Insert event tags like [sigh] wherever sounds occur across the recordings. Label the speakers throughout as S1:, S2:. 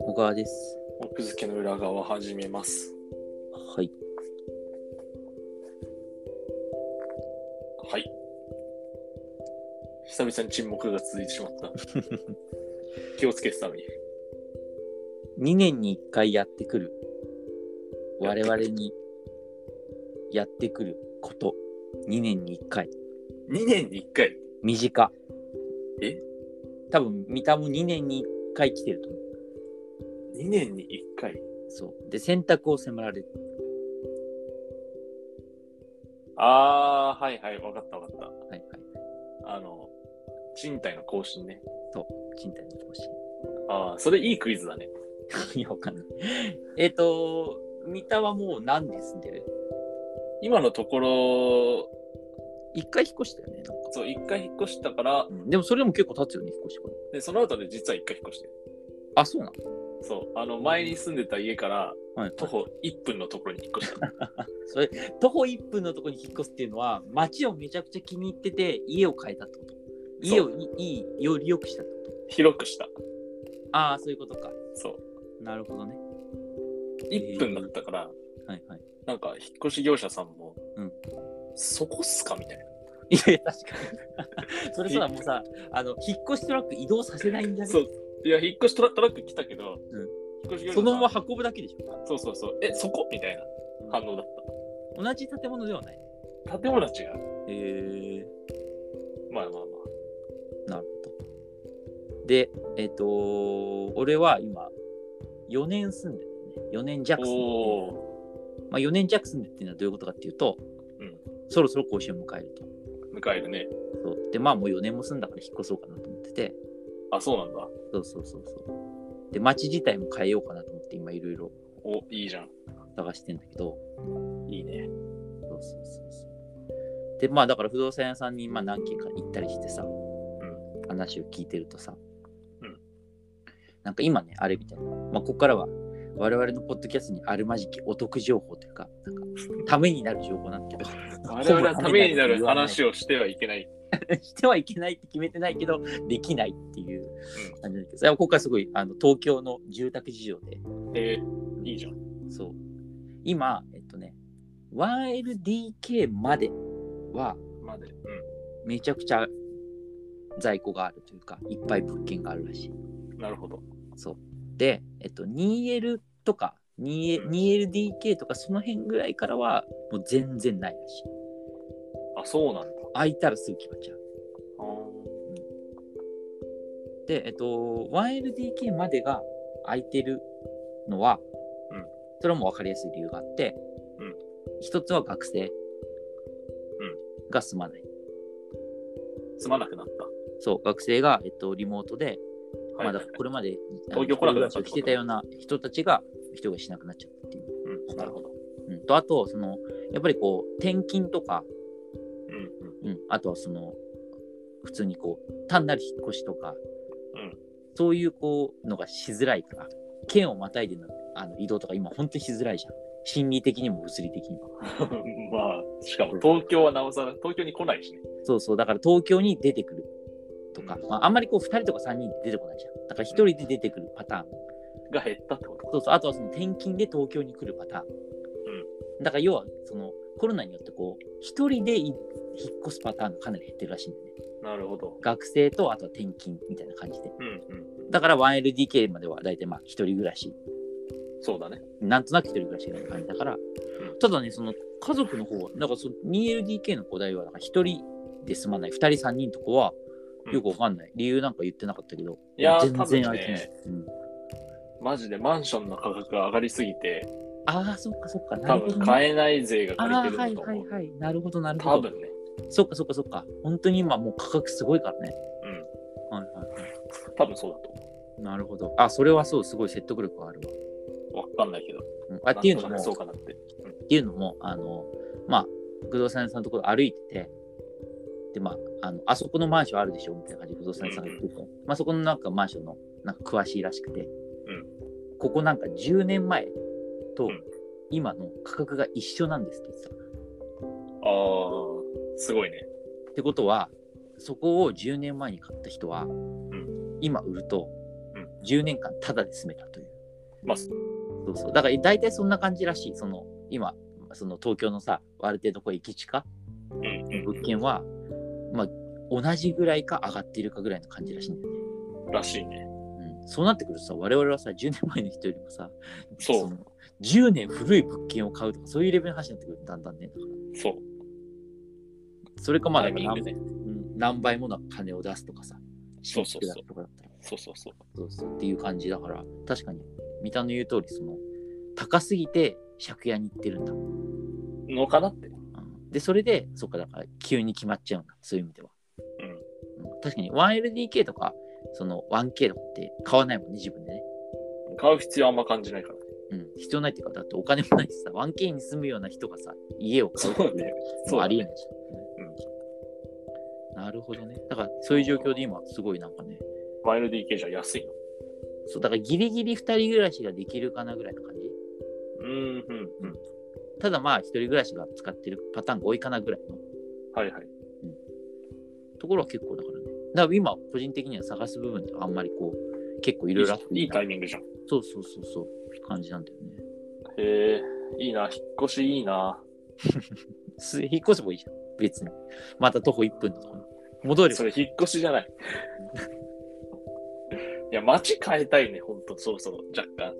S1: 小川です。
S2: 奥付けの裏側始めます。
S1: はい。
S2: はい。久々に沈黙が続いてしまった。気をつけてたのに。
S1: 2年に1回やってくる。
S2: やっ
S1: 我
S2: てくる
S1: 々にやってくること。2年に1回。
S2: 2年に1回。
S1: 身近。
S2: え
S1: 多分、三田も2年に1回来てると思う。
S2: 2年に1回。
S1: そう。で、選択を迫られる。
S2: あー、はいはい、わかったわかっ
S1: はいはい。
S2: た。あの、賃貸の更新ね。
S1: 賃貸の投
S2: あー、それいいクイズだね。
S1: [laughs] 資。いや、わかんない。えっと、三田はもう何年住んでる
S2: 今のところ、
S1: ?1 回引っ越したよね。なんか
S2: そう、1回引っ越したから、
S1: うんでもそれでも結構経つよね、引っ越してから。
S2: でその後で実は1回引っ越してる。
S1: あ、そうなの
S2: そう、あの、前に住んでた家から
S1: はい
S2: 徒歩1分のところに引っ越した。
S1: それ徒歩1分のところに引っ越すっていうのは街をめちゃくちゃ気に入ってて家を変えたってこと家をいいいより良くしたってこと
S2: 広くした。
S1: ああそういうことか
S2: そう。
S1: なるほどね
S2: 1分だったから、
S1: はいはい [laughs]
S2: なんか引っ越し業者さんも、
S1: うん
S2: そこっすかみたいな。
S1: いやいや確かにそれさもうさあの引っ越しトラック移動させないんじゃね
S2: そういや、引っ越しトラトラック来たけど、
S1: うん
S2: 引っ越し業者さ
S1: そ
S2: ん
S1: のまま運ぶだけでしょ
S2: そうそうそう、え、そこみたいな反応だっ
S1: 同じ建物ではない
S2: た。建物は違う。
S1: へえ
S2: まあまあまあ。
S1: なるほどでえっ、と俺は今4年住んでるね4年弱住んでるね
S2: おお
S1: まあ、4年弱住んでっていうのはどういうことかっていうと、
S2: うん
S1: そろそろ更新を迎えると。
S2: ー、迎えるね。
S1: そうで、まあもう4年も住んだから引っ越そうかなと思ってて、
S2: あ、そうなんだ。
S1: そうそうそうそう。で、街自体も変えようかなと思って今いろいろ
S2: お、いいじゃん。
S1: 探してんだけど、
S2: いいね。
S1: そうそうそうそう。で、まあだから不動産屋さんにまあ何軒か行ったりしてさ、話を聞いてるとさ、
S2: うん
S1: なんか今ね、あれみたいな、まあここからは我々のポッドキャストにあるまじきお得情報というか、なんかためになる情報なんだけど、
S2: 我々はためになる
S1: ほぼためになる
S2: 話をしてはいけない。
S1: [laughs] してはいけないって決めてないけどできないっていう感じだけど、それは今回すごいあの東京の住宅事情で
S2: えー、いいじゃん。
S1: そう今えっとね 1LDK までは
S2: まで。う
S1: めちゃくちゃ在庫があるというかいっぱい物件があるらしい
S2: ん。なるほど。
S1: で、えっと、2L とか 2L
S2: うん
S1: 2LDK とかその辺ぐらいからはもう全然ないらしい
S2: あ、そうなんだ。
S1: 空いたらすぐ決まっちゃう
S2: あー
S1: で、えっと、1LDK までが空いてるのは、
S2: うん
S1: それはもう分かりやすい理由があって、
S2: うん
S1: 一つは学生
S2: ん
S1: が住まない。
S2: すまなくなっ
S1: そう、学生が、えっと、リモートで、
S2: た。
S1: まだこれまで
S2: 東京来なくなっち
S1: た
S2: ゃった
S1: 来てたような人たちが、人がしなくなっちゃったっていう。
S2: うん。なるほど。
S1: うん、と、あと、その、やっぱりこう、転勤とか、
S2: うんうん。
S1: うん、あとはその普通にこう単なる引っ越しとか、
S2: うん
S1: そういうこうのがしづらいから県をまたいでのあの移動とか今本当にしづらいじゃん心理的にも物理的にも
S2: [laughs] まあ、しかも東京はなおさら、東京に来ないしね。
S1: そうそうだから東京に出てくるとか、
S2: うん
S1: まあ、あんまりこう2人とか3人で出てこないじゃんだから1人で出てくるパターン、
S2: が減ったってこと
S1: そうそうあとはその転勤で東京に来るパターン、だから要はそのコロナによってこう1人でい引っ越すパターンがかなり減ってるらしいんだよね
S2: なるほど。
S1: 学生とあとは転勤みたいな感じで
S2: うんうん。
S1: だから 1LDK までは大体まあ一人暮らし、
S2: そうだね。
S1: なんとなく一人暮らしみたいな感じだから、
S2: ん
S1: ただね、その家族の方は、なんかその 2LDK の子代は、なんか一人で住まない、二人三人とこは、
S2: うん
S1: よくわかんない、理由なんか言ってなかったけど、
S2: いやー
S1: 全然
S2: 多分
S1: 空
S2: ね
S1: いてない。うん
S2: マジでマンションの価格が上がりすぎて、
S1: ああ、そっかそっか、なる
S2: 多
S1: ほど、
S2: 分
S1: ね。
S2: 買えない税が
S1: あ
S2: 借りて
S1: あー、
S2: るん
S1: はい
S2: だと
S1: は
S2: 思。
S1: いうはい、なるほど、なるほど。
S2: 多分ね。
S1: そっかそっかそっか、本当に今もう価格すごいからね。
S2: うん。
S1: はいはいはい。
S2: 多分そうだと思
S1: なるほど。あ、それはそう、すごい説得力があるわ。
S2: う。わかんないけど。
S1: うんあっていうの
S2: な
S1: も
S2: んとなく、そうかなって。
S1: っていうのも、あの、まあ、不動産屋さんのところ歩いてて、で、まあ、あのあそこのマンションあるでしょみたいな感じで不動産屋さんが言ってて、まあ、そこのなんかマンションのなんか詳しいらしくて、ここなんか10年前と
S2: うん
S1: 今の価格が一緒なんですって言ってた。
S2: ああ、すごいね。
S1: ってことは、そこを10年前に買った人は、今売ると
S2: うん、
S1: 10年間タダで住めたという。
S2: まあ、
S1: そうそう。だから大体そんな感じらしい。その、今、その東京のさ、ある程度こう、駅地下
S2: うんう
S1: 物件は、まあ、同じぐらいか上がっているかぐらいの感じらしいんだよね。
S2: ん、らしいね。
S1: うん、そうなってくるとさ、我々はさ、10年前の人よりもさ、
S2: そう
S1: の10年古い物件を買うとか、そういうレベルの話になってくる、だんだんね。だか
S2: そう。
S1: らそれかまあ、
S2: タ
S1: だ
S2: イ
S1: から
S2: ミン
S1: 何,、
S2: グね。
S1: うん、何倍もの金を出すとかさ、
S2: そうそうそ
S1: 新
S2: う
S1: 築だとかだったら
S2: そうそうそう。
S1: そうそうっていう感じだから、確かに、三田の言う通り、その、高すぎて借家に行ってるんだ。う
S2: のかなって。
S1: んで、それで、そっか、だから、急に決まっちゃうんだ、そういう意味では。うん確かに、1LDK とか、その 1K とかって買わないもんね、自分でね。
S2: 買う必要あんま感じないから。
S1: うん、必要ないっていうか、だってお金もないしさ、1K に住むような人がさ、家を買う
S2: そうね。そう
S1: あ
S2: だ
S1: りえ
S2: ね
S1: ないじゃん。うんなるほどね。だから、そういう状況で今、すごいなんかね、
S2: 1LDK じゃ安いの。
S1: そう、だからギリギリ2人暮らしができるかなぐらいの感じ。
S2: うんうんうん。
S1: ただまあ、一人暮らしが使ってるパターンが多いかなぐらいの
S2: はいはい。
S1: ところは結構だからね。だから今、個人的には探す部分ではあんまりこう、結構いろいろあって
S2: いいタ
S1: イ
S2: イミングじゃん。
S1: そうそうそうそう、感じなんだよね。
S2: へえ、いいな。引っ越しいいな。
S1: す引っ越せばいいじゃん、別に。また徒歩1分のところに。戻る
S2: それ引っ越しじゃない。いや、街変えたいね、ほんと、そろそろ、若干。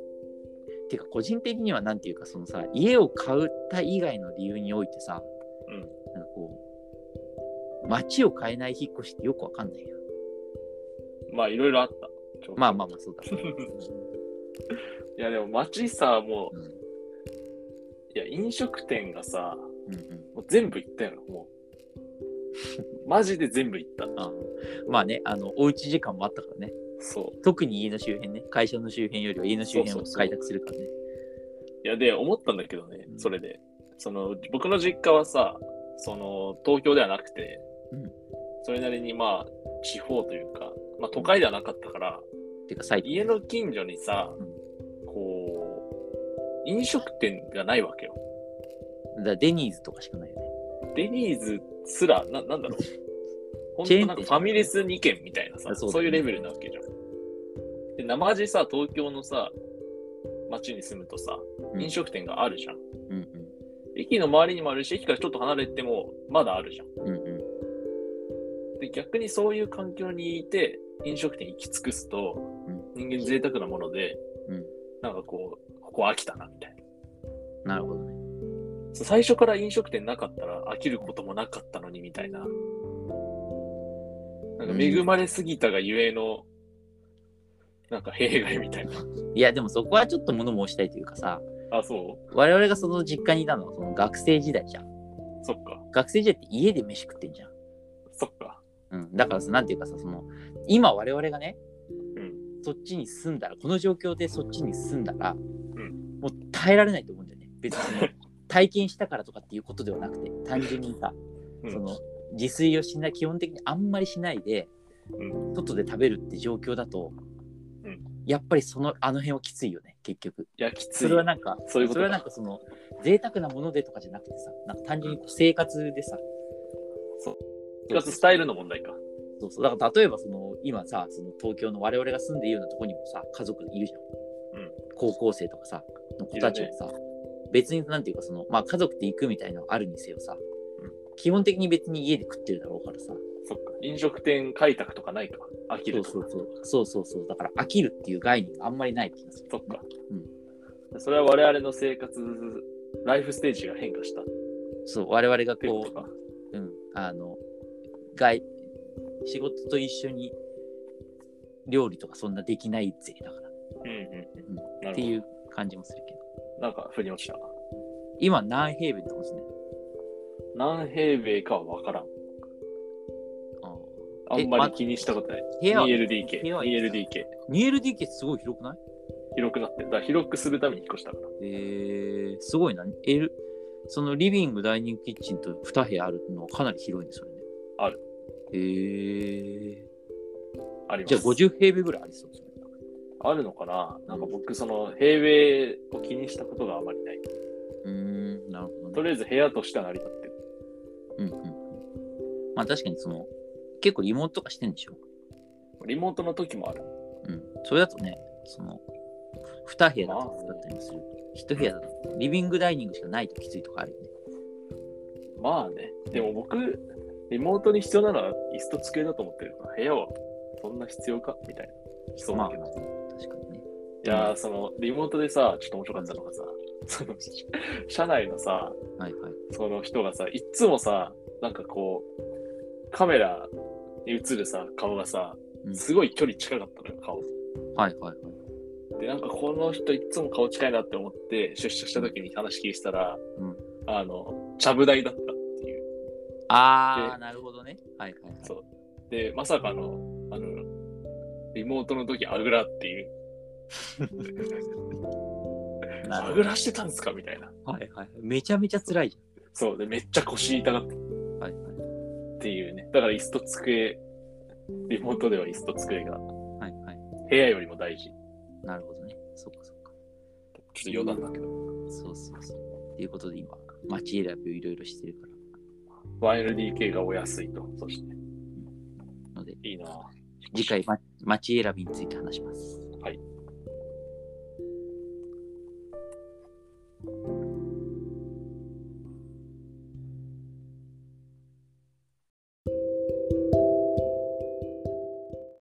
S1: てか、個人的にはなんていうか、そのさ、家を買うた以外の理由においてさ、
S2: うん
S1: なんかこう、街を変えない引っ越しってよくわかんないよ。
S2: まあ、いろいろあった。ちょ
S1: まあまあまあ、そうだ、
S2: [laughs]
S1: ね。
S2: いや、でも街さ、も
S1: うん。
S2: う、いや、飲食店がさ、
S1: うんうん。
S2: もう全部行ったよ、もう。マジで全部行った。
S1: あまあね、あの、おうち時間もあったからね。
S2: そ
S1: 特に家の周辺ね。会社の周辺よりは家の周辺を開拓するからね。
S2: う。いや、で、思ったんだけどね
S1: う、ん
S2: それで。その、僕の実家はさ、その、東京ではなくて、
S1: うん
S2: それなりに、まあ、地方というか、まあ、都会ではなかったから、
S1: てか、最近。
S2: 家の近所にさ、
S1: うん
S2: こう、飲食店がないわけよ。
S1: だからデニーズとかしかないよね。
S2: デニーズすら、ななんだろう。本
S1: チェー
S2: 当
S1: ン
S2: なんかファミレス2軒みたいなさ、
S1: あ
S2: そ
S1: そううだね
S2: いうレベルなわけじゃん。で、生地さ、東京のさ、街に住むとさ、
S1: うん
S2: 飲食店があるじゃん。
S1: うん
S2: 駅の周りにもあるし、駅からちょっと離れても、まだあるじゃん。
S1: うん。うんうん。
S2: で、逆にそういう環境にいて、飲食店行き尽くすと、人間贅沢なもので、
S1: うん。
S2: なんかこう、ここ飽きたな、みたいな。
S1: なるほどね。
S2: そう最初から飲食店なかったら飽きることもなかったのにみたいな。なんか恵まれすぎたがゆえの、なんか弊害みたいな。
S1: いや、でもそこはちょっと物申したいというかさ、
S2: あ、そう
S1: 我々がその実家にいたのはその学生時代じゃん。
S2: そっか。
S1: 学生時代って家で飯食ってんじゃん。
S2: そっか。
S1: うん。だからさ、なんていうかさ、その、今我々がね、
S2: うん。
S1: そっちに住んだら、この状況でそっちに住んだら、
S2: ん
S1: もう耐えられないと思うんだよね。別に [laughs] その体験したからとかっていうことではなくて、単純にさ、
S2: うん
S1: その自炊をしない、基本的にあんまりしないで、
S2: う
S1: 外で食べるって状況だと、
S2: うん
S1: やっぱりそのあの辺はきついよね、結局。
S2: いや、きつい。
S1: それはなんか、
S2: そういうこと
S1: れはなんかその、贅沢なものでとかじゃなくてさ、なんか単純にこう生活でさ、
S2: 生活スタイルの問題か。
S1: そうそう、だから例えばその、今さ、その東京の我々が住んでいるようなとこにもさ、家族いるじゃん。
S2: うん
S1: 高校生とかさ、の子たちもさ、別になんていうかその、まあ家族で行くみたいなのあるにせよさ、
S2: うん
S1: 基本的に別に家で食ってるだろうからさ、
S2: そっか。飲食店開拓とかないか。飽き
S1: そ
S2: る
S1: う
S2: とか。
S1: そうそう、そうそうそう、だから飽きるっていう概念があんまりない気がする。
S2: そっか。それは我々の生活、ライフステージが変化したって
S1: そう、我々が
S2: い
S1: こ
S2: うこと
S1: う、
S2: か。
S1: うん、あの外仕事と一緒に料理とかそんなできないぜだから
S2: うんうんうん。な
S1: っ
S2: る
S1: て
S2: ほ
S1: いう感じもするけど
S2: ど。なんか、腑に落ちた。
S1: 今何平米ってことですね
S2: 何平米かはわからん。
S1: あ
S2: あんまり気にしたことない。
S1: 部屋は
S2: 2LDK。
S1: 部屋はいくつ
S2: 2LDK。
S1: 2LDK ってすごい広くない
S2: 広くなってる。だから広くするために引っ越したから。
S1: えー、すごいな、L、そのリビングダイニングキッチンと2部屋あるのはかなり広いんですよね
S2: ある
S1: えー、
S2: あります。
S1: じゃあ50平米ぐらいありそうですね
S2: あるのかななんか僕、その、平米を気にしたことがあまりない。
S1: うーんなるほどね
S2: とりあえず部屋としては成り立ってる。
S1: うんうんうんまあ確かにその結構リモートとかしてんでしょ
S2: リモートの時もある。
S1: うん。それだとね、その、2部屋だとだったりもする。1部屋だと、リビングダイニングしかないときついとかあるよね。
S2: まあね、でも僕、リモートに必要なのは椅子と机だと思ってるから、部屋はそんな必要かみたいな。そう
S1: まあ、
S2: だけど。
S1: 確かにね。
S2: いやー、その、リモートでさ、ちょっと面白かったのがさ、その、社内のさ、
S1: はいはい。
S2: その人がさ、いっつもさ、なんかこう、カメラに映るさ、顔がさ
S1: う、ん
S2: すごい距離近かったのよ、顔。
S1: はいはいはい。
S2: で、なんかこの人いっつも顔近いなって思って、出社した時に話聞いてたら、
S1: うん
S2: あの、ちゃぶ台だったっていう。
S1: あ
S2: で
S1: ー、なるほどね。はいはいはい。
S2: そう。で、まさかの、あの、リモートの時、あぐらっていう。
S1: な
S2: あ
S1: る
S2: ぐらしてたんですかみたいな。
S1: ほど。はいはい。めちゃめちゃ辛いじ
S2: そう。で、めっちゃ腰痛がったっ
S1: ゃん。はいはい。
S2: ていうね。だから椅子と机、リモートでは椅子と机が
S1: はいはい。
S2: 部屋よりも大事。
S1: なるほどね。そっかそっか。
S2: ちょっと余談だけど。
S1: そうそうそう。ということで今、街選びをいろいろしてるから。
S2: 1LDK がお安いと。そして、
S1: ので、
S2: いいなぁ
S1: 次回、ま、街選びについて話します。